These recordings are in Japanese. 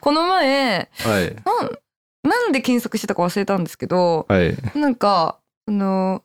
この前はい。なんなんで検索してたか忘れたんですけどはい。なんかあの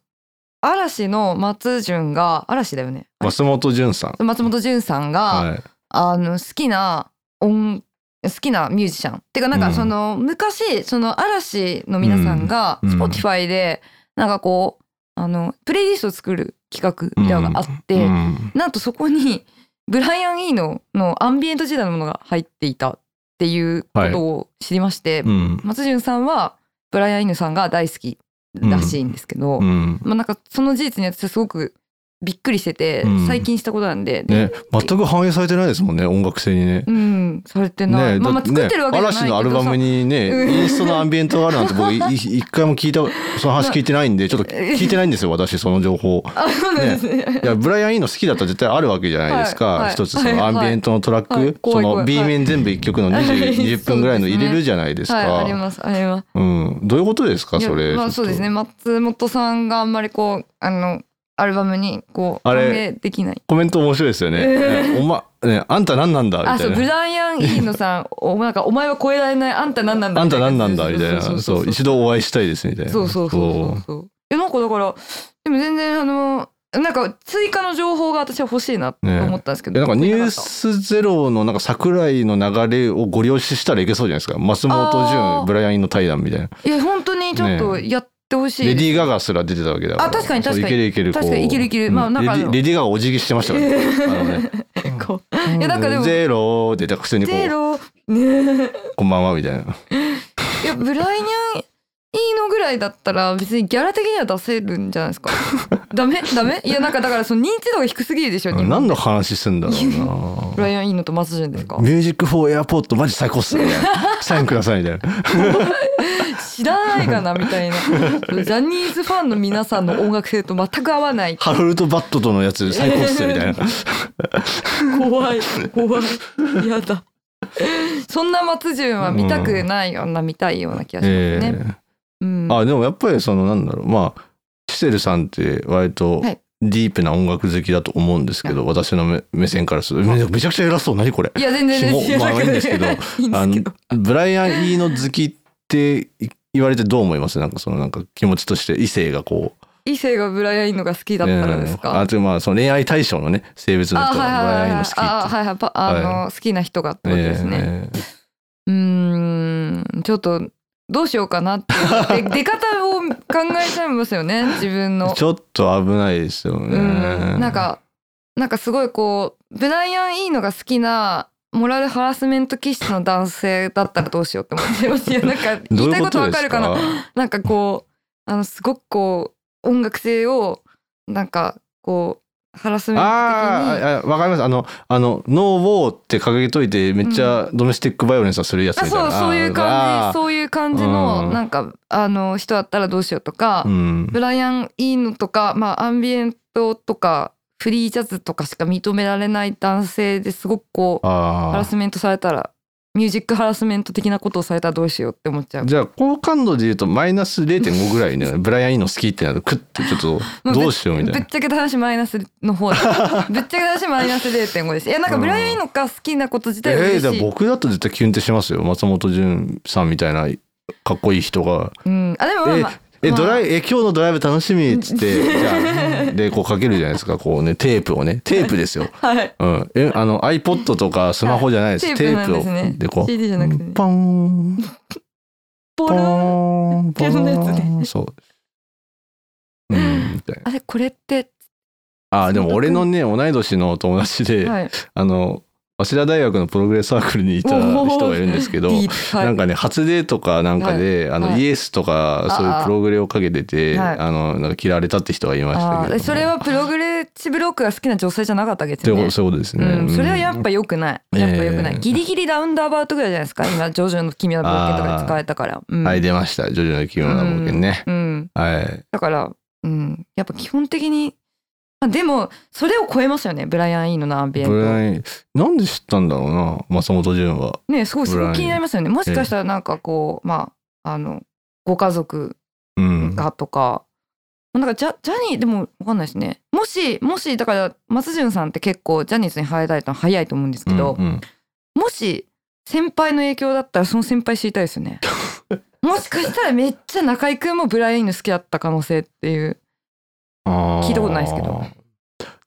嵐の松潤が嵐だよね松本潤さん。松本潤さんが、はい。あの好きな音好きなミュージシャンてかなんうかんその、昔その嵐の皆さんがうん Spotify でなんかこうあのプレイリストを作る企画みたいなのがあって、うんなんとそこにブライアン・イーノのアンビエント時代のものが入っていたっていうことを知りまして、うん。松潤さんはブライアン・イーノさんが大好きらしいんですけど、うん。まあ、なんかその事実に私すごくびっくりしてて、うん最近したことなんで、ね、全く反映されてないですもんね、音楽性にね。うん、されてない。ね、まあ、まだあってね作ってるわけじゃない嵐けどのアルバムにうんね、インストのアンビエントがあるなんて、僕、いい一回も聞いた、その話聞いてないんで、ちょっと聞いてないんですよ、私、その情報。さあそうなんです ね。いや、ブライアン・イーノ好きだったら絶対あるわけじゃないですはいはか。い一つ、そのアンビエントのトラッはいはいク、怖そい怖のい B 面全部一曲 のはい20 20分ぐらいの入れるじゃないですはい、あかり。ます、あります。うん。どういうことですか、いやそれ。まあ、そうですね。。松本さんがあんまりこう、あの、アルバムにこう、あ反れ映できない。コメント面白いですよね。ねおま、ね、あんた何なんだみあ、たそう、ブいな。ライアン・イーノさん、おなんか、お前は超えられない、あんたなんなんだ。あんた何なんだみたいな。そうそ、そうう一度お会いしたいですみたいな。そうそうそうそうそそう。え、なんかだから、でも全然、あの、なんか追加の情報が私は欲しいなと思ったんですけう。えど。なんかニュースゼロのなんか桜井の流れをご了承したらいけそうじゃないですか。松本あー潤、ブライアンイーノ対談みたいな。いや、本当にちょっとやってほしいレですディー・ガガすら出てたわけだから。あ確かに確かにそういけるいける。確かにこういけるいけるまあうんなんレデかあのィレディー・ガガお辞儀してましたからね。 あのね。こういやなんかでもゼロで、普通にこゼう、ロねこんばんはみたいな。いやブライニャンいいのぐらいだったら別にギャラ的には出せるんじゃないです かダメダメいやなんかだからその認知度が低すぎるでしょ日本何の話すんだろうブラな。イアン・イーノと松潤ですかミュージック・フォー・エアポート、マジ最高っ すね。サインくださいみたいな。知らないかなみた いなジャニーズファンの皆さんの音楽性と全く合わないハロルド・バットとのやつ最高っすよみ たいな。怖い怖いやだそんな松潤は見たくないような見たいような気がしますね、えうんえあでもやっぱりそのなんだろうまあキセルさんって割とはいディープな音楽好きだと思うんですけど、私の目目線からするとめめちゃくちゃ偉そう何これいや全然全然紐まあいいんですけどいいんですけどブライアン・イーの好きってい言われてどう思いますなんかそのなんか気持ちとして異性がこう異性がブライアン・イーノが好きだったらですええあか、とまあその恋愛対象のね性別のあ人がブはいはいラはイいアン・はイーのい好きってあはいはいパあの、好きな人がってことですね、ええうーんちょっとどうしようかなっていうで出方を考えちゃいますよね自分のちょっと危ないですよね、うんなんかなんかすごいこうブライアン・イーノが好きなモラルハラスメント気質の男性だったらどうしようって思ってますいやなんか ど言ういたいいうここととわでかするかなかなんかこうあのすごくこう音楽性をなんかこうハラスメント的にあーああわかりますあのあのノーウォーって掲げといてめっちゃドメスティックバイオレンスはするやつあみたいなそうそういう感じうそういう感じのうんなんかあの人だったらどうしようとか、んブライアン・イーノとか、まあ、アンビエントとかフリージャズとかしか認められない男性ですごくこうハラあスメントされたらミュージックハラスメント的なことをされたらどうしようって思っちゃーう。じゃあ好感度で言うとマイナス0.5ぐらいね ブライアン・イーの好きってなるとクッてちょっまとあどうしようみたぶいっなちゃけた話マイナスの方 ですぶっちゃけた話マイナス0.5です。いやなんかブライアン・イーノが好きなこと自体はえ嬉ー、しだい。から僕だと絶対キュンってしますよ松本潤さんみたいなかっこいい人がうん、あでもまあえまあえまあドライえ今日のドライブ楽しみっつ ってじゃあでこうかけるじゃないですかこうねテープをねテープですよはい。うん、えあの iPod とかスマホじゃないです、はいテテーーププをなんですねでこう CD じゃなくてねポーンポポルンーンポピアノのやつーン、ねそううんみたいなあれこれって、あでも俺のね同い年の友達で、はい、あの早稲田大学のプログレスサークルにいた人がいるんですけどディープはいなんかね初デートかなんかで、あのはいイエスとかそういあうあプログレをかけててはいあのなんか嫌われたって人がいましたあけーどそれはプログレッチブロックが好きな女性じゃなかったわけですそうよいうこねと。そういうことですね、うん、それはやっぱ良くない。やっぱ良くない。ええギリギリラウンドアバウトぐらいじゃないですか。今、ジョジョの奇妙な冒険とかで使えたから。うん、はい出ました「ジョジョの奇妙な冒険ね」うん。はいだから、うん、やっぱ基本的に、まあ、でも、それを超えますよね。ブライアン・イーノのアンビエンブト。ラインなんで知ったんだろうな松本潤は。ね、すごい、すブごライいアン気になりますよね。もしかしたらなんかこう、まあ、あの、ご家族うん、がとか、まあなんかジャジャニーでもわかんないですねもしもしだから松潤さんって結構ジャニーズに入られたの早いと思うんですけど、うんうんもし先輩の影響だったらその先輩知りたいですよ ねもしかしたらめっちゃ中居君もブラインの好きだった可能性っていう聞聞いたことないですけど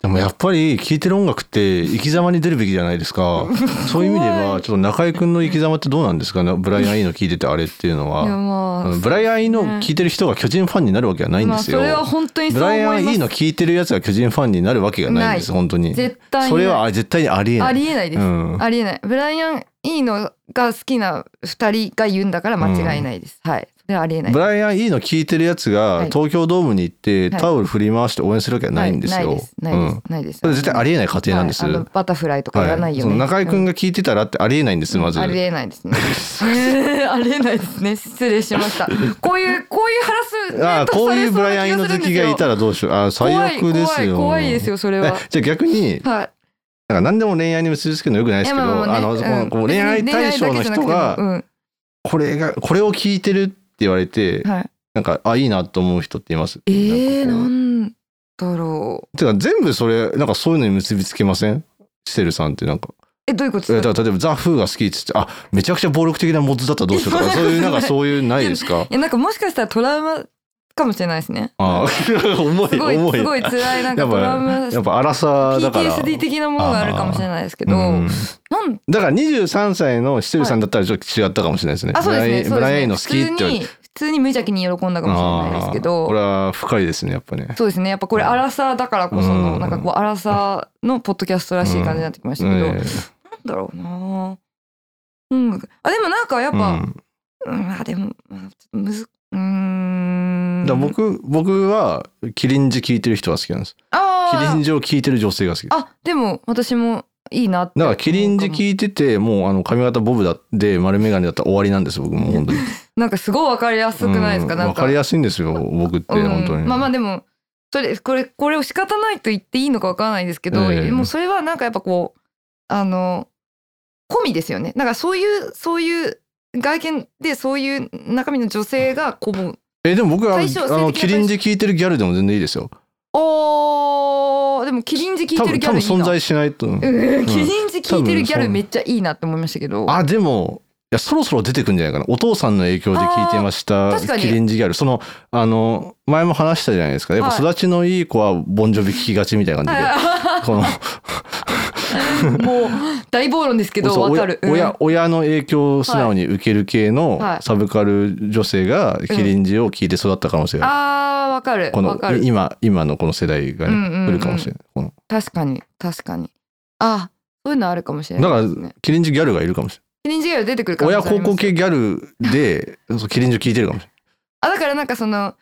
でもやっぱり聴いてる音楽って生き様に出るべきじゃないで すかそういう意味ではちょっと中居君の生き様ってどうなんですかねブライアン・イーの聴いててあれっていうのいやはまあ、うんブライアン・イーねの聴いてる人が巨人ファンになるわけはないんまあですそよ、れは本当にそブうライア思いン・イまーすの聴いてるやつが巨人ファンになるわけがないんです本当に絶対にそれはあ絶対にありえないありえないです、うんありえないブライアン・イーノが好きな二人が言うんだから間違いないです、はいそれはありえないブライアン・イーの聴いてるやつはがい東京ドームに行ってはいタオル振り回して応援するわけはないんですよ、はいないですないでうすん、ないですそれ絶対ありえない過程なんです、はいあのバタフライとかやらないよそね、の中居君がが聞いてたらってありえないんです、まずありえないですね えーありえないですね失礼しましたこういうこういうハラスメントああこういうブライアン・イーさのれそう好な気きがいたがらどうしようああするん最ですよ悪ですよ怖い怖いですよそれはえじゃあ逆にはいなんか何でも恋愛に結びつけるのよくないですけど、あのこのこう恋愛対象の人うがん、これがこれを聞いてるって言われて、はい、なんかあいいなと思う人っていますえー、ななんかこんだろううてか全部それなんかそういうのに結びつけませんシセルさんってなんかえどういうことでえすかだから例えば「ザ・フーが好きっつってあめちゃくちゃ暴力的なモッズだったらどうしようと かそういうなんかそういうないですかいやなんかもしかしたらトラウマかもしれないですねああ重いすごい重いすごい辛いなんかトラウマやっぱ荒さだから。 PTSD 的なものがあるかもしれないですけど、うんなんだから23歳のシセルさんだったらちょっと違ったかもしれないですね。あそうですねブライブライアンそうので好すきねって言普通われに普通に無邪気に喜んだかもしれないですけあーどこれは深いですねやっぱね。そうですねやっぱこれアラサーだからこその、うんなんかこうアラサーのポッドキャストらしい感じになってきましたけど、なんねだろうなうん、あでもなんかやっうぱ、んうんあでもまあちょっとむずうーだんから僕僕はキリンジ聞いてる人は好きなんです。キリあンージを聞いてる女性が好き。だあでも私もいいなってからキリン思ジうかも聞いててもうあの髪型ボブだで丸眼鏡だったら終わりなんです僕もう 本当に。なんかすごいわかりやすくないですか、うんなんわかりやすいんですよ僕ってうん本当に。まあまあでもそれこれこれを仕方ないと言っていいのかわからないですけど、ええもうそれはなんかやっぱこうあの込みですよねだからそういうそういう外見でそういう中身の女性がこうえでも僕はあ対照的のあなのキリンジ聞いてるギャルでも全然いいですよ。おーでもキリンジ聞い多てる分ギャ多ル分いい存な在しないと思う。うんキリンジ聞いてるギャ多分そルうめっちゃいいなって思いましたけどあでもいやそろそろ出てくんじゃないかなお父さんの影響で聞いてましあーた確かにキリンジギャルそのあの前も話したじゃないですかやっぱは育ちのいい子はボンジョビ聞きがちみたいな感じで、この もう大暴論ですけどそうわかる親親親の影響を素直に受ける系のはいサブカル女性がキリンジを聞いて育った可能性うんがああーわかるる、こわかのる今今のこの世代がうんうんうんね来るかもしれない、この確かに確かにあそういうのあるかもしれないですねキリンジギャルがいるかもしキリンジギャル出てくるれかなもいしれ親孝行系ギャルでそうキリンジを聞いてるかもしれないあだからなんかその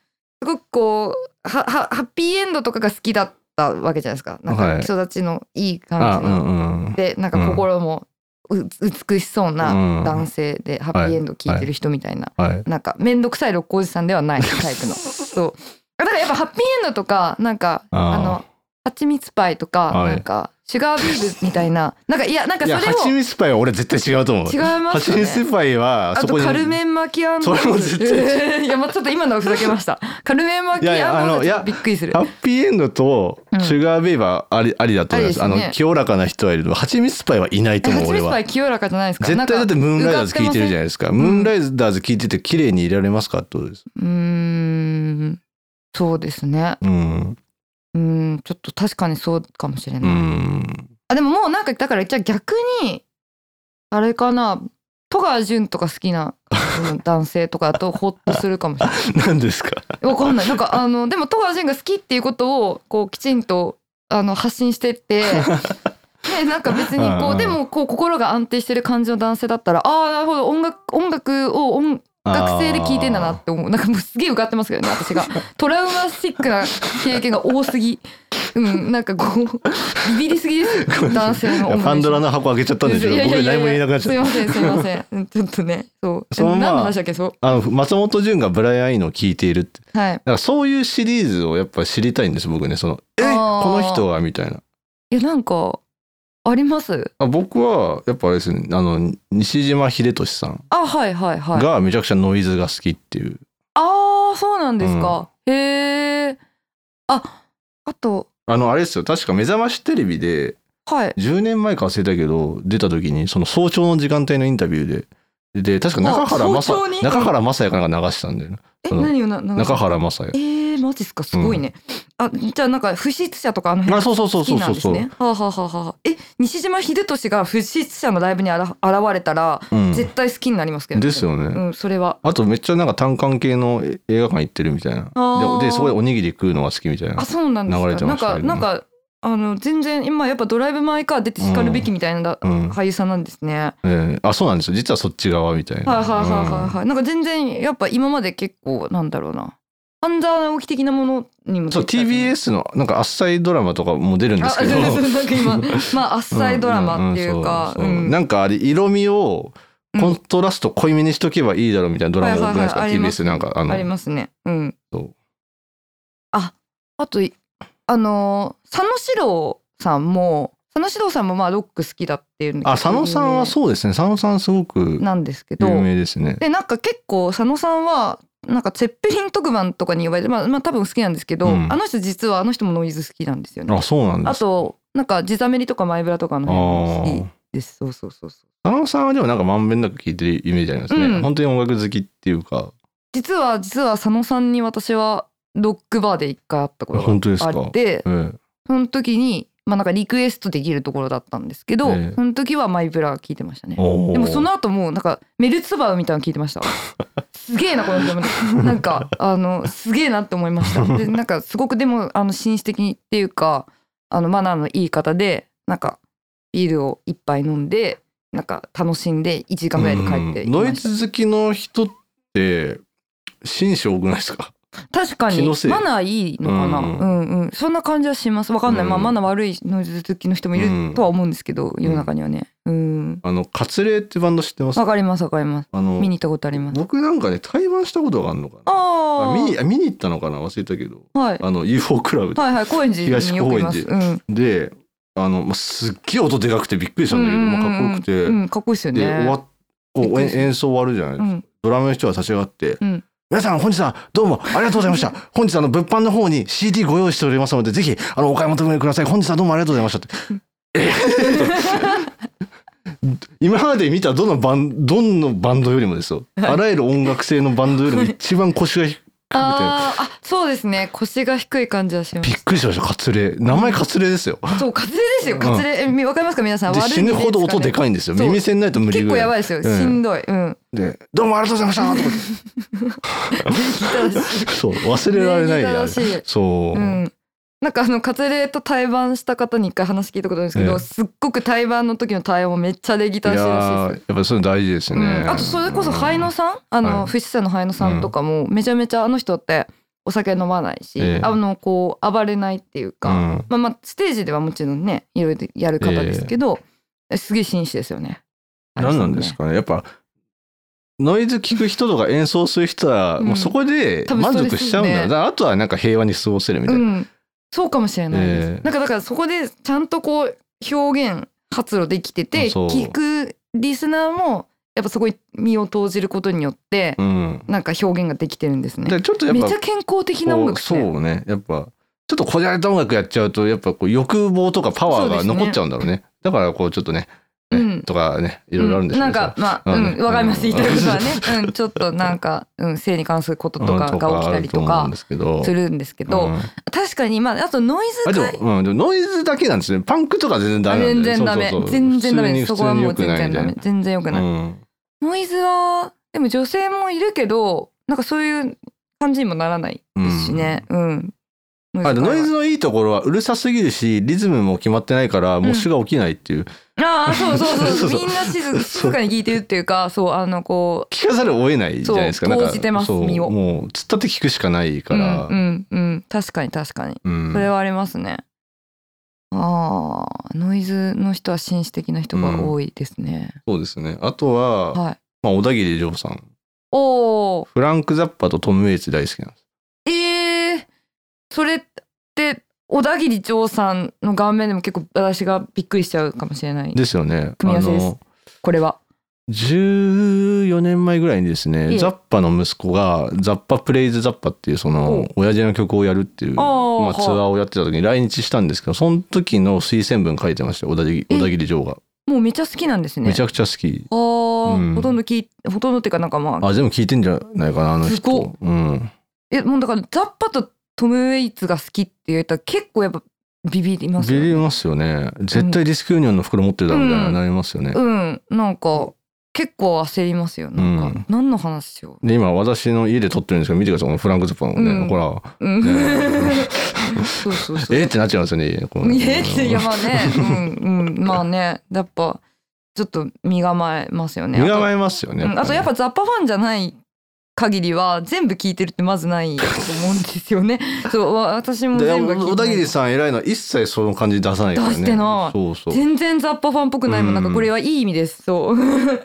すごくこうははハッピーエンドとかが好きだったわけじゃないですかなんはかい人たちのいいあ感じうの、んうんでなんか心もう、美しそうなうん男性で、ハッピーエンド聞いてる人みたいな、はいなんか面倒くさい六甲おじさんではないタイプの そうだからやっぱハッピーエンドとかなんかああーの蜂蜜パイとか、はいなんかシュガービールみたいな なんかいやなんかいそれや、をハチミツパイは俺絶対違うと思う。違いますよねハチミツパイは、あそとこに。カルメン巻きアンそれも絶対 違いやまあちょっと今のはふざけましたカルメン巻きいやいやあアンのいやびっくりするハッピーエンドとうんシュガーベイバーあり,、ありだと思います。あありですねの清らかな人はいるけど、ハチミツパイはいないとえ思う蜂俺蜜パは。イ清らかじゃないですか絶対だってムーンライダーズ聞いてゃるじゃんないですか。ムーンライダーズ聞いてて綺麗に入れられますかってことです。うーんそうですねうん。うーんちょっと確かにそうかもしれうない、ん。あでももうなんかだからじゃあ逆にあれかな戸川潤とか好き なうん男性とかだとホッとするかもしれない何ですかわかんないなんかあのでも戸川潤が好きっていうことをこうきちんとあの発信してって でなんか別にうんこううんでもこう心が安定してる感じの男性だったらああなるほど音楽音楽を音 学生で聞いてんだなって思うなんかもうすげえうがってますけどね私がトラウマチックな経験が多すぎうんなんかこうビビりすぎです男性のいや音楽パンドラの箱開けちゃったんですけど、僕何も言えなくなっちゃった。すいませんすいませんうんちょっとねそうそのまま何の話だっけそうあの、松本潤がブライアン・イーノを聞いているって。はいだからそういうシリーズをやっぱ知りたいんです、僕ね。その、えこあーの人はみたいな。いやなんかありますあ僕はやっぱあれですねあの西島秀俊さんあはいはいはいがめちゃくちゃノイズが好きっていう、ああそうなんですか、へえああとあのあれですよ確か「目覚ましテレビ」ではい10年前か忘れたけど出た時にその早朝の時間帯のインタビューでで確か中原あ雅早朝に中原雅也かなんか流してたんだよねえその何をななんか中原雅也えー、マジっすかすごいね、あじゃあなんか不死者とかあの辺あそうそうそ好うそきうなそんうですそう、ねはあ、はあはあはあ、え西島秀俊が不死者のライブにあら現れたら、うん、絶対好きになりますけどねですよね、うんそれはあとめっちゃなんか単館系の映画館行ってるみたいなあーででそこでおにぎり食うのが好きみたいなあそうなんですか流れてなまんしたかねなんかあの全然今やっぱドライブ・マイ・カー出て叱るべきみたいなだ、うん俳優さんなんですね、ええあそうなんですよ実はそっち側みたいなはいはいはいはいはい、なんか全然やっぱ今まで結構なんだろうなハンザー直樹的なものにうもんそう出てたり TBS のなんかあっさりドラマとかも出るんですあけどそうそうなんか今 まああっさりドラマっていうかんんんそうそうなんかあれ色味をコントラスト濃いめにしとけばいいだろうみたいなドラマ多くないですか、はいはいはい TBS なんかあのありますねうんそうああといあのー佐野史郎さんも佐野史郎さんもまあロック好きだっていうんであ佐野さんはそうですね佐野さんすごくなんですけど有名ですねでなんか結構佐野さんはなんかツェッペリン特番とかに呼ばれてまあ、まあ、多分好きなんですけど、うんあの人実はあの人もノイズ好きなんですよねあそうなんであすとなんか地ざめりとかマイブラとかあの辺も好きです。そうそうそうそう。佐野さんはでもなんかまんべんなく聞いてるイメージありますね、うん本当に音楽好きっていうか実は実は佐野さんに私はロックバーで一回会ったこと本当ですがかあってええその時にまあなんかリクエストできるところだったんですけど、ええその時はマイブラ聞いてましたね。おーでもその後もうなんかメルツバウみたいなの聞いてま した。すげえなこの人もなんかあのすげえなって思いま した。でなんかすごくでもあの紳士的にっていうかあのマナーのいい方でなんかビールを一杯飲んでなんか楽しんで1時間ぐらいで帰ってういんきドイました。ツ好きの人って紳士多くないですか確かに気のせいマナーいいのかな。ううんんうん、そんな感じはします。わかんない。うんまあマナー悪いノイズ好きの人もいるとは思うんですけど、世の中にはね。うん。あのカツレーってバンド知ってますわかりますわかります。あの見に行ったことあります。僕なんかね対バンしたことがあるのかなあああ。見にあ見に行ったのかな忘れたけどはい。あの UFO クラブで、はいはい、高円寺によくいます。東うん。であの、まあ、すっげえ音でかくてびっくりしたんだけど、まあ、かっこよくて、うん、かっこいいですよね。で終わっこびっうくり演した演奏終わるじゃない、うん、ドラムの人は立ち上がって、うん皆さん本日はどうもありがとうござい ました本日あの物販の方に CD ご用意しておりますのでぜひあのお買い求めください本日はどうもありがとうございましたって 今まで見たどのバンどのバンドよりもですよ、あらゆる音楽性のバンドよりも一番腰が低くてあーあ、そうですね。腰が低い感じはしまびす。っくりしましたカツレ名前カツレですよそう、カツレですよ。カツレ、えみわかりますか、皆さん。で悪い死ぬほど音でい。かいんですよそう耳栓ないと無理結ぐ構やらいばいですよ。しうんんどい。うん。で「どうもありがとうございました」とか聞いたらしい言ってそう忘れられない礼儀や正しいそ うう、ん。なんかあのカツレと対バンした方に一回話聞いたことあるんですけど、ええすっごく対バンの時の対応もめっちゃ礼儀いや正しいらしいーです。やっぱりそういうの大事ですね、うん、あとそれこそ灰野さん、あの、はい不死者の灰野さんとかもめちゃめちゃあの人ってお酒飲まないし、ええあのこう暴れないっていうか、うんまあまあステージではもちろんねいろいろやる方ですけど、えすげえ紳士ですよね。何なんですかかねやっぱノイズ聞く人とか演奏する人は、うんもうそこで満足しちゃうんだよ、多分そうですねだからあとはなんか平和に過ごせるみたういな、ん、そうかもしれないです。ええなんかだからそこでちゃんとこう表現発露できててあそう聞くリスナーもやっぱそこに身を投じることによって、うんなんか表現ができてるんですね。でちょっとやっめぱっちゃ健康的な音こう楽ですそね。うねやっぱちょっとこじゃれた音楽やっちゃうとやっぱこう欲望とかパワーが残っちゃうんだろうねだからこうちょっとね、ねうんとかねいろいろあるんでしょうなんけどかさまあうんうんわかりますう言んいたいことはね、うん、ちょっとなんか、うん、性に関することとかうんが起きたりとある思うかんですけどするんですけど、うん確かにまああとノイあズで界も、うん、でもノイズだけなんですね。パンクとか全然ダメなん全だよ然ダメねそうそうそう全然ダメです普そ通こはにもう普通全に良く然ないみたダいなメ全然良くない、うんノイズはでも女性もいるけどなんかそういう感じにもならないですしねうん、あ界ではノイズのいいところはうるさすぎるしリズムも決まってないからモッシュが起きないっていう、ああそうそうそう そうそうみんな静静かに聞いてるっていうかそうあのこ聞かざるを得ないじゃないですかそうなんか投じてますそう身をもう突っ立って聞くしかないううかんら、うんうん確かに確かにうんそれはありますね。ああ、ノイズの人は紳士的な人が多いですね。そうですねあとは、はい。まあ、小田切丈さんおお、フランク・ザッパとトム・ウェイツ大好きなんですえー、それって小田切丈さんの顔面でも結構私がびっくりしちゃうかもしれない。ですよね組み合わせですあのこれは。 14年前ぐらいにですえねえザッパの息子が「ザッパプレイズ・ザッパ」っていうその親父の曲をやるっていうまおうあ、ツアーをやってた時に来日したんですけどその時の推薦文書いてましたよ小田切え小田切城がもうめちゃ好きなんですねめちゃくちゃ好きあー、うんほとんど聞いほとんどっていうかなんかまああでも聞いてんじゃないかなあのすごっ人うんえもうだからザッパとトム・ウェイツが好きって言ったら結構やっぱビビりますビよビりねますよね絶対ディスクユニオンの袋持ってるだろうみたいななりますよねうんなんか結構焦りますよなんか、うん何の話を、で今私の家で撮ってるんですけど見てくださいこのフランク・ザッパのね、うんほらうん ねそうそうそうえーってなっちゃうんですよね このいやいやまあね、うんうん、まあねやっぱちょっと身構えますよね身構えますよねあと,うん、あとやっぱぱザッパファンじゃない限りは全部聞いてるってまずないと思うんですよ ねそうわ私もねで全部は聞いてない小田切さん偉いのは一切その感じ出さないからね出してないそうそう全然ザッパファンっぽくないもんなんかこれはいい意味ですそう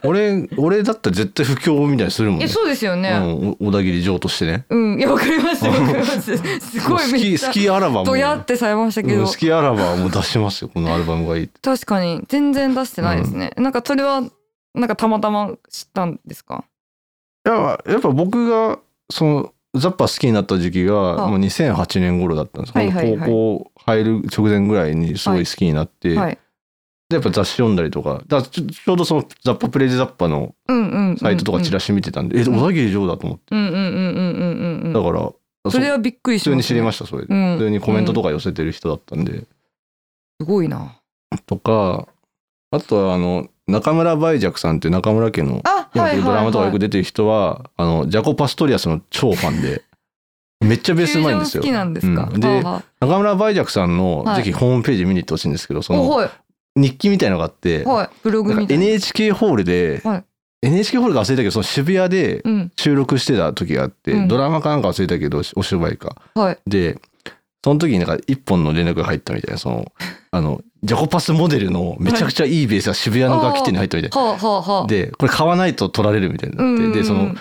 俺俺だったら絶対不況みたいにするもんねえそうですよねうんお小田切城としてねうん、いやわかりますわかりますすごいもうめっ好きち好ゃきあらばもうドヤってされましたけうどん好きあらばはもう出しますよ このアルバムがいいって確かに全然出してないですね、なんかそれはなんかたまたま知ったんですかいややっぱ僕がそのザッパ好きになった時期があもう2008年頃だったんです、はいはいはい高校入る直前ぐらいにすごい好きになって、はいでやっぱ雑誌読んだりとかだからちょちょうどそのザッパプレイズザッパのうんうんうんうんサイトとかチラシ見てたんで、んえ小田切城だと思って、うんうんうんうんうんうんだからそれはびっくり普し通まにし知たね、りましたそれで、うん普通にコメントとか寄せてる人だったんで、すごいなとかあとはあの中村梅雀さんっていう中村家のあ今はやっていはいるドラマとかよく出出てる人は、あのジャコ・パストリアスの超ファンでめっちゃベースうまいんですよ好きなんですか、うんではあは中村梅雀さんの、はいぜひホームページ見に行ってほしいんですけどあそおのはい日記みたいのがあって、はいブログなんみかたいな NHK ホールで、はい NHK ホールが忘れたけどその渋谷でうん収録してた時があって、うんドラマかなんか忘れたけどお芝居かはいでその時になんか一本の連絡が入ったみたいなそのあのジャコパスモデルのめちゃくちゃいいベースが渋谷の楽器店に入ったみたいな。はあはあはあでこれ買わないと取られるみたいにうんうんなうっんてでその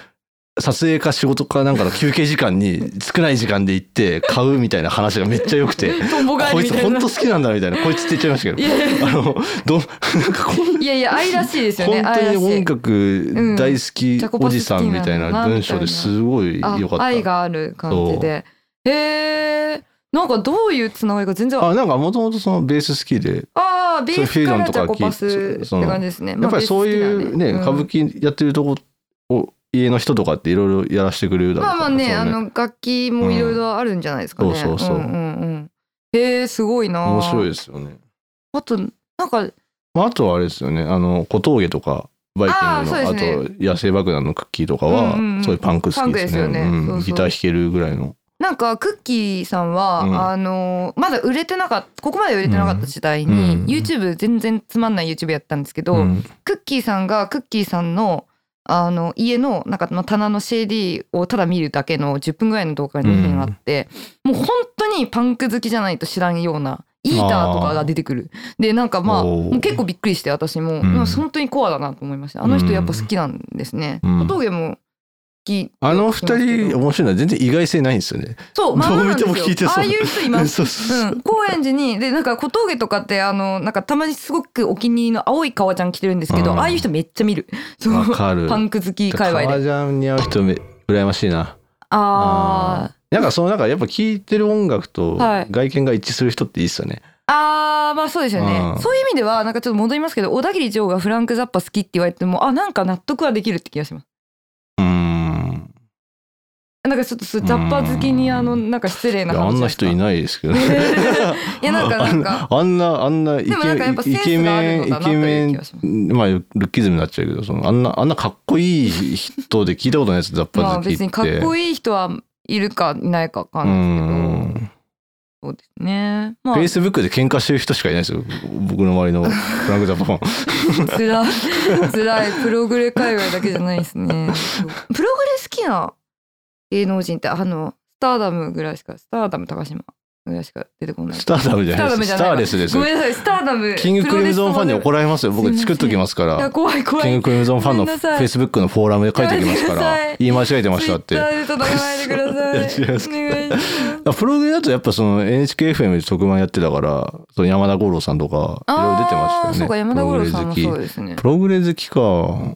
撮影か仕事かなんかの休憩時間に少ない時間で行って買うみたいな話がめっちゃ良 くてトンボ返こりいみたつい本な当好きなんだみたいなこいつって言っちゃいまし たいけやいどあのどん なんかこんなやいや愛らしいですよね本当愛らにしい音楽大好きおじさんみたいな文章ですごいあ良かった。愛がある感じでへえなんかどういうつながりか全然ああなんかもともとそのベース好きであーベースからジャコパスそうっいうてフュージョンとか聞いてその感じですねやっぱりそういうね、まあ歌舞伎やってるとこを家の人とかっていろいろやらしてくれるだろうまかあらまあねそあの楽器もいろいろあるんじゃないですかね、うんそうそうそうんうんうんへえすごいな面白いすですよね。あとなんかまあ、あとはあれですよねあの小峠とかバイキングのあーそあ,、うですねと野生爆弾のクッキーとかは、うんうんうんそういうパンク好きですねパンクですよねうんそうそうギター弾けるぐらいの。なんかクッキーさんは、うんあのまだ売れてなかったここまで売れてなかった時代に、うん YouTube 全然つまんない YouTube やったんですけど、うんクッキーさんがクッキーさんのあの家のなんかまあ棚の CD をただ見るだけの10分ぐらいの動画の編があって、もう本当にパンク好きじゃないと知らんようなイーターとかが出てくるでなんかまあおーもう結構びっくりして私も、んまあ本当にコアだなと思いましたあの人やっぱ好きなんですね、うん小峠も好きあの二人面白いのは全然意外性ないんですよね。 そうまあまあなんですよどう見ても聞いてそうああいう人います そうそうそううん、高円寺にでなんか小峠とかってあのなんかたまにすごくお気に入りの青い革ちゃん着てるんですけど、うんああいう人めっちゃ見るそうわ かる。パンク好き界隈革でジャンに合う人め羨ましいな。あーなんかそのなんかやっぱ聴いてる音楽とはい外見が一致する人っていいっすよね。あーまあそうですよね、うんそういう意味ではなんかちょっと戻りますけど小田切城がフランク・ザッパ好きって言われてもあなんか納得はできるって気がしますうーん。なんかちょっとそうザッパ好きにあのなんか失礼いなや話あんな人いいないですけ ど。いやなんかなんか あんなあんなイケでもなんかやっぱセンイケスがあるメのだンイなとケメいう気ンがしますまあルッキズムになっちゃうけどそのあんなあんなかっこいい人で聞いたことないですザッまパあ好きって。別にかっこいいいい人はいるかいないかわかんないですけどそうですねまあフェイスブックで喧嘩してる人しかいないですよ僕の周りのフランク・ザッパ ファン。つ らいつらいプログレ界隈だけじゃないですねそうプログレ好きな芸能人ってあのスターダムぐらいしかスターダム高島ぐらいしか出てこないスターダムじゃないです。ススターターダムレじスですご。めんなさいスターダムキングクリムゾンファンに怒らられますよ。僕すいません作っときますかいやら。怖い怖いキングクリムゾンファンごのフめんなさいェイスブックのフォーラムで書いておきますかごめんなさいら。言い間違えてましたっツイッて。ターで叩かないでくださいい や違いますお願いしますプログレだとやっぱその NHKFM で特番やってたから、その山田五郎さんとか、いろいろ出てましたよあーね。そうか山田五郎さんもプロそグレ好うきですねプログレ好きか。う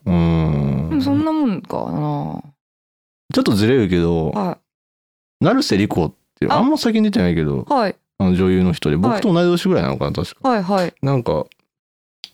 でもそーんん。なもんかなちょっとずれるけど、は成瀬莉子って、ああんま先に出てないけどい、はいあの女優の人で、は僕いと同い年ぐらいなのかな、確か。はいはいなんか、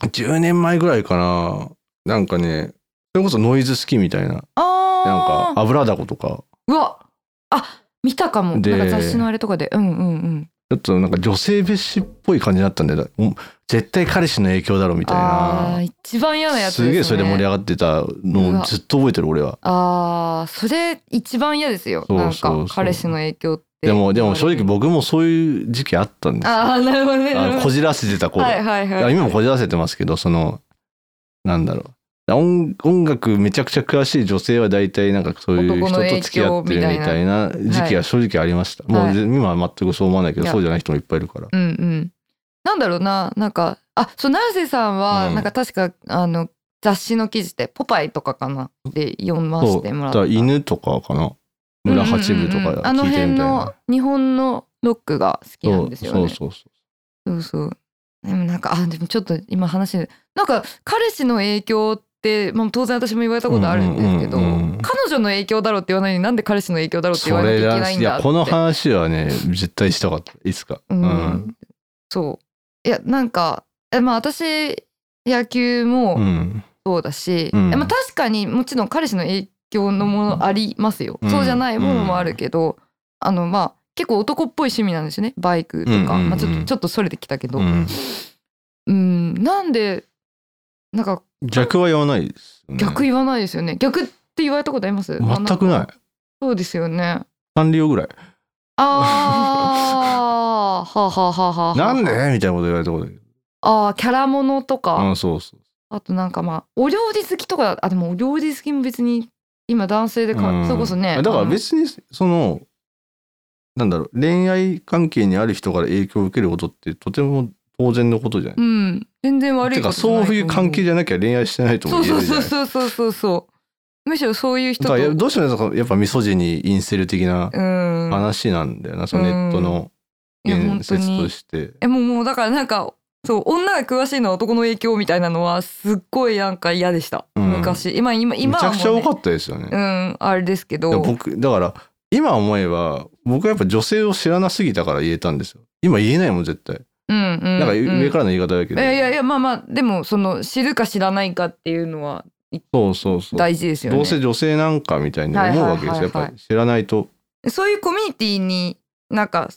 10年前ぐらいかな。なんかね、それこそノイズ好きみたいな。あーなんか、油だことか。うわあ見たかもなんでか雑誌のあれとかでうんうんうんちょっとなんか女性蔑視っぽい感じだったんだよ。うん絶対彼氏の影響だろみたいあーな。一番嫌なやつです、ね、すげえそれで盛り上がってたうのわをずっと覚えてる俺は。ああそれ一番嫌ですよそうなんそうそかう彼氏の影響ってでも、でも正直僕もそういう時期あったんですよ。ああなるほどねなあるのほこどじらせてた頃。はいはいいやはい今もこじらせてますけどそのなんだろう音音楽めちゃくちゃ詳しい女性は大体なんかそういう人と付き合ってるみたいな時期は正直ありました、いはいもう今は全くそう思わないけどいやそうじゃない人もいっぱいいるからうんうんなんだろうななんかあそう成瀬さんはうんなんか確か、あの雑誌の記事で「ポパイ」とかかなで読まそせうてだもらっかたら犬とかかな村八部とうんうんうんうんかあの聞いてる辺みたいのな、日本のロックが好きなそんうですそうよねそうそうそそうでもなんかあでもちょっと今話でなんか彼氏の影響って、まあ、当然私も言われたことあるんですけど、うんうんうん彼女の影響だろうって言わないのになんで彼氏の影響だろううって言わなきゃいけないんいだっやてこの話はね絶対したかったいつか、うんうんそういやなんかえまあ私野球も、うんそうだし、うんまあ、確かにもちろん彼氏の影響のものありますよ、うんそうじゃないものもあるけど、あのまあ結構男っぽい趣味なんですよねバイクとか、うんうんうんまあ、ちょっとちょっとそれてきたけどううん、んなんでなんか逆は言わないですよね逆言わないですよね、逆って言われたことあります全くないいそうですよねサンリオぐらいあ ーはあはあはあはあはあなんでみたいなこと言われたことあるああキャラものとか、うんそうそうあとなんかまあお料理好きとかあでもお料理好きも別に今男性でか、うんそれこそねだからあの別にそのなんだろう恋愛関係にある人から影響を受けることってとても当然のことじゃない、うん、全然悪いてこかとじゃなそいうと思いう関係じゃなきゃ恋愛してないとそもう言えそうるじゃそなういそうそだうそうそうむしろそういう人とからやどうしてもなんかやっぱミソジにインセル的なうん話なんだよな、そのネットのいや本言当説とにして。えもうもうだからなんかそう女が詳しいのは男の影響みたいなのはすっごいなんか嫌でした、うん昔今今め今ちはゃもう、くね、ちゃ多かったですよね。うんあれですけいやど僕だから今思えば僕はやっぱ女性を知らなすぎたから言えたんですよ。今言えないもん絶対。うんうんなんか上らからの言い方だけど。いやいやいやまあまあでもその知るか知らないかっていうのはそうそうそう。大事ですよねどうせ女性なんかみたいに思うわけですよはいはいはいはいやっぱり知らないとそういうコミュニティになんか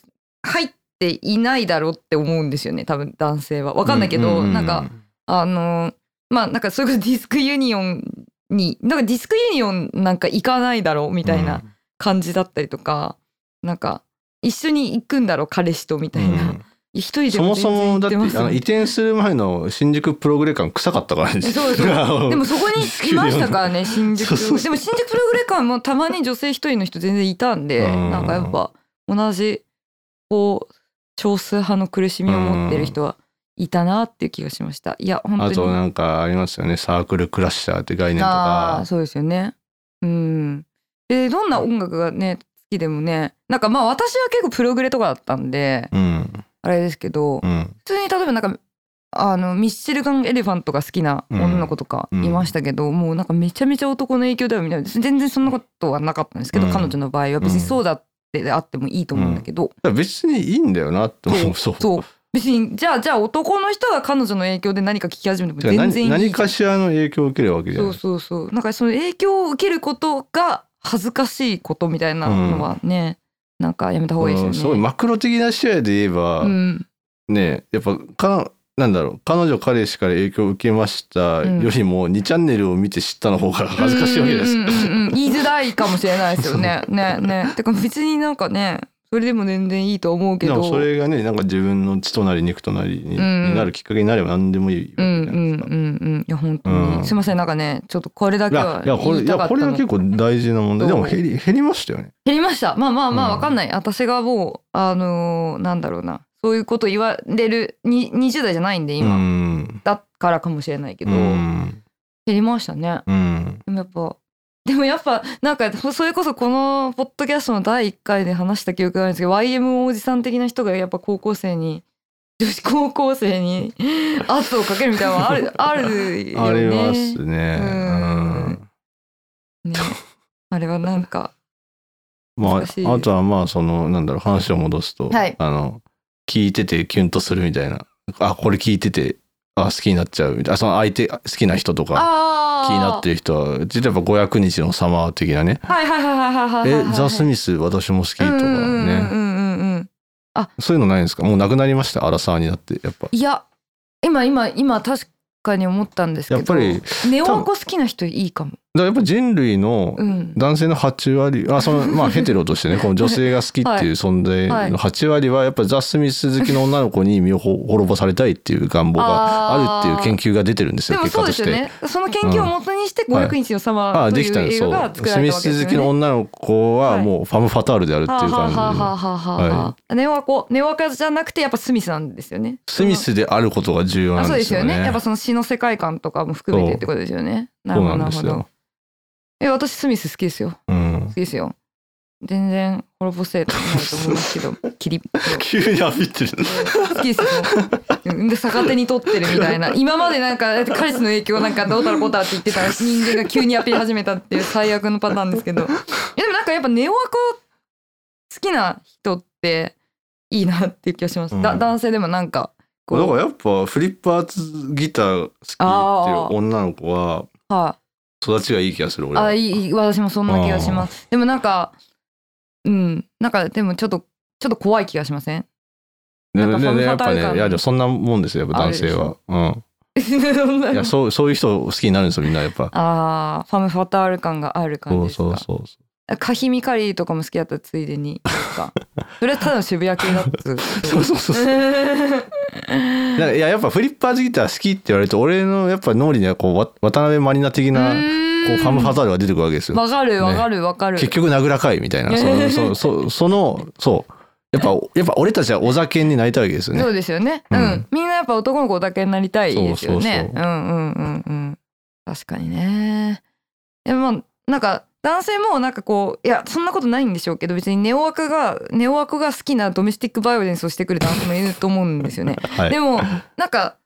入っていないだろうって思うんですよね多分男性は。わ分かんないけど、なんかあのまあなんかそれこそディスクユニオンになんかディスクユニオンなんか行かないだろうみたいな感じだったりとか、なんか一緒に行くんだろう彼氏とみたいな、一人でそももそも全然行だっっててますあよの移ね転する前の新宿プログレ館臭かったからね そうそうあのでもそこにいましたからね新宿 そうそうそうでも新宿プログレカンもたまに女性一人の人全然いたんでうんなんかやっぱ同じこう少数派の苦しみを持ってる人はいたなっていう気がしましたいや本当あにとなんかありますよねサークルクラッシャーって概念とあかーそうですよねうんでどんな音楽がね好きでもねなんかまあ私は結構プログレとかだったんでうんあれですけどうん普通に例えばなんかあのミッシェルガン・エレファントが好きな女の子とかいましたけど、もうなんかめちゃめちゃ男の影響だよみたいな全然そんなことはなかったんですけど、うん彼女の場合は別にそうだってあってもいいと思うんだけど、だから別にいいんだよなって思うそうそう別にじゃあじゃあ男の人が彼女の影響で何か聞き始めてもてか全然い何い何かしらの影響を受けるわけじゃそなういそうそうなんかその影響を受けることが恥ずかしいことみたいなのはね、なんかやめた方がいいですようんね。すごいマクロ的な視野で言えば、うんねやっぱかなんだろう彼女彼氏から影響を受けましたよりも、2チャンネルを見て知ったの方が 恥ずかしいわけですうんうんうんうん言いづらいかもしれないですよね。ねね。てか別になんかね、それでも全然いいと思うけでどもそれがねなんか自分の血となり肉となりに,、うんなるきっかけになれば何でもいいわけうじんゃうないんうんうんいですか。や本当に、うんすいませんなんかねちょっとこれだいけやはいやこれ言いいたやかったこれはの結構大事な問題でも減り減りましたよね。減りましたまあまあまあうんわかんない、私がもうあのーなんだろうなそういうこと言われるに20代じゃないんで今、うんだからかもしれないけうど、ん減りましたねうんでもやっぱでもやっぱなんかそれこそこのポッドキャストの第1回で話した記憶があるんですけど YM おじさん的な人がやっぱ高校生に女子 高校生に圧をかけるみたいなのはあるあるよね。ありますね。うんうんねあれはなんか ま難しいあ、あとはまあそのなんだろう話を戻すと、はいあの聞いててキュンとするみたいなあこれ聞いててあ好きになっちゃうみたいなその相手好きな人とかあ気になってる人は実はやっぱ500日のサマー的なねるはいはいはいはいはいはいはいえザ・スミス私も好きとかうんうんうんうねんうんうんそういうのないんですかもうなくなりましたアラサーになってやっぱいや今今今確かに思ったんですけどやっぱりネオアコ好きな人いいかも。だからやっぱ人類のうん、男性の8割あそ のまあヘテロとしてねこの女性が好きっていう存在の8割はやっぱザ・スミス好きの女の子に身を滅ぼされたいっていう願望があるっていう研究が出てるんですでよも結そう果ですとしよて。ね。その研究を元にしてはい500日の様あとでいきたんうです映そ画うが作らスれミたわけでスす好よきね。の女の子はもうファム・ファタールであるっていうはあはあ感じはあはあはあはあネオアコネオアカじゃなくてやっぱスミスなんですよね。スミスであることが重要あなそんうでですすよよね。ね。やっぱその詩の世界観とかも含めてってことですよね。なそるうほどなるほなんですどよ。。え私スミス好きですよ。うん好きですよ。全然滅ぼせないと思いますけ ど、キリ急に浴びてる。好きですよ。うんで逆手に取ってるみたいな 今までなんか彼氏の影響なんかどうたらこうたらって言ってた人間が急にアピり始めたっていう最悪のパターンですけどいやでもなんかやっぱネオアコ好きな人っていいなっていう気がします、だうん男性でもなんかこうだからやっぱフリッパーギター好きっていう女の子はは育ちがいい気がするい俺はあいいいい私もそんな気がしますでもなんかうんなんかでもちょっとちょっと怖い気がしません なねんかねねやっぱファムファタール感ねいやでもそんなもんですよやっぱ男性はうんそんない やそうそういう人好きになるんですよみんなやっぱあーファム・ファタール感がある感じそでうすかそうそうそカヒミカリーとかも好きだったついでに なんかそれはただの渋谷系だっつう そうそうそうだからいややっぱフリッパーギター好きって言われると俺のやっぱ脳裏にはこうわ渡辺満里奈的なこうファム・ファタールが出てくるわけですよわかるわかるわかる、結局名倉かいみたいなそのそそそのそうやっぱやっぱ俺たちはお酒になりたいわけですよねそうですよねう、うんんみんなやっぱ男の子だけになりたいですよねそうそううんうんそうんうん確かにねでもなんか男性もなんかこういやそんなことないんでしょうけど別にネオアクがネオアクが好きなドメスティックバイオレンスをしてくる男性もいると思うんですよね はいでもなんかなんか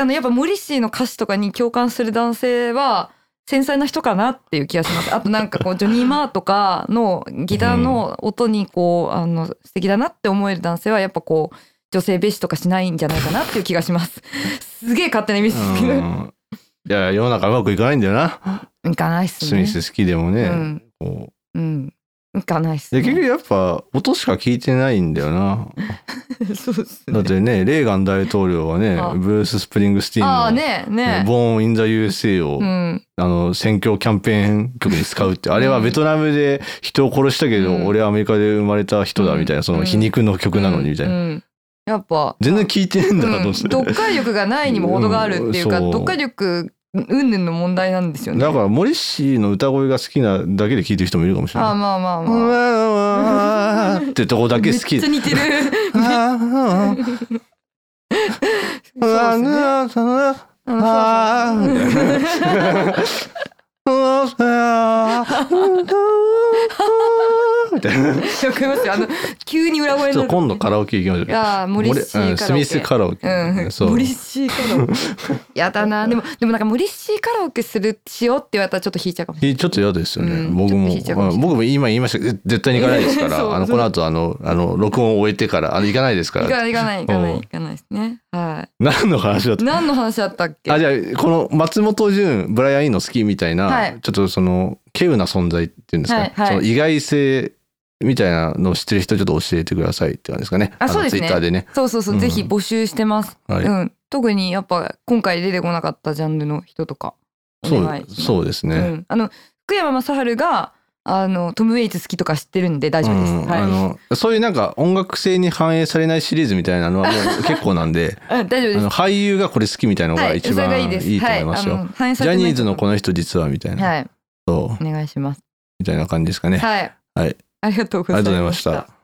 あのやっぱモリッシーの歌詞とかに共感する男性は繊細な人かなっていう気がします。あとなんかこうジョニー・マーとかのギターの音にこうあの素敵だなって思える男性はやっぱこう女性蔑視とかしないんじゃないかなっていう気がし ます。すげえ勝手なイメージですけど。うんいや世の中うまくいかないんだよな、いかないっすスミね。ス好きでもうね、んこうん。いかないっうすで結局ね。やっぱ音しか聞いてないんだよな そうっすだね。ってねレーガン大統領はねあブルース・スプリングスティあーあンのねねねボ。ーン・イン・ザ・ USA を、うん。あの選挙キャンペーン曲に使うってあれはベトナムで人を殺したけど、うん俺はアメリカで生まれた人だみたいなその皮肉の曲なのにみたいな、うんうんやっぱ全然聞いてねえんだなと思って、読解力がないにも程があるっていうか、うんそう読解力云々の問題なんですよね。だからモリッシーの歌声が好きなだけで聞いてる人もいるかもしれあない。まあまあうわまあ。ーわーってとこだけ好きめっちゃ似てる。あ そーうですね。ああーのそうそうみたいな。わかり ますよ。あの急に裏声ちょっとの。今度カラオケ行きましょうい。やーモリッシーうんカラスオケ。ミスカラオケ。うん、そう。モリッシーカ ラオケ。やだな。でもでもなんかモリッシーカラオケするしようって言われたらちょっと引いちゃうかもしれない。ちょっと嫌ですよね。うん僕も、ちょっと引いちゃうかもしれうんない僕も今言いましたけど、絶対に行かないですか そうら、あの、この後、あの、あの、録音を終えてから、あの、行かないですか。行からない行かない行かないうん行かないですね。は何の話だっい。た何の話だったっけ？あ、じゃあ、この松本潤、ブライアン・イーの好きみたいな、はいちょっとその、稀有な存在っていうんですか、はいはいその意外性みたいなのを知ってる人、ちょっと教えてくださいって感じですかね。あそうですねツイッターでね。そうそうそう、うんぜひ募集してます。はいうん、特にやっぱ今回出てこなかったジャンルの人とかおそ願いうしますそうですね。うん、あの福山雅治があのトム・ウェイツ好きとか知ってるんで大丈夫です。うんはいあのそういうなんか音楽性に反映されないシリーズみたいなのはもう 結構なんでうん、大丈夫であすの。俳優がこれ好きみたいなのがはい一それ番がいいいですいと思いますよ。はいあの反映さジれャてないニーズのこの人実はみたいな、はい、そうお願いします。みたいな感じですかね。はい、はい、ありがとうござありがとうございいままししたた。。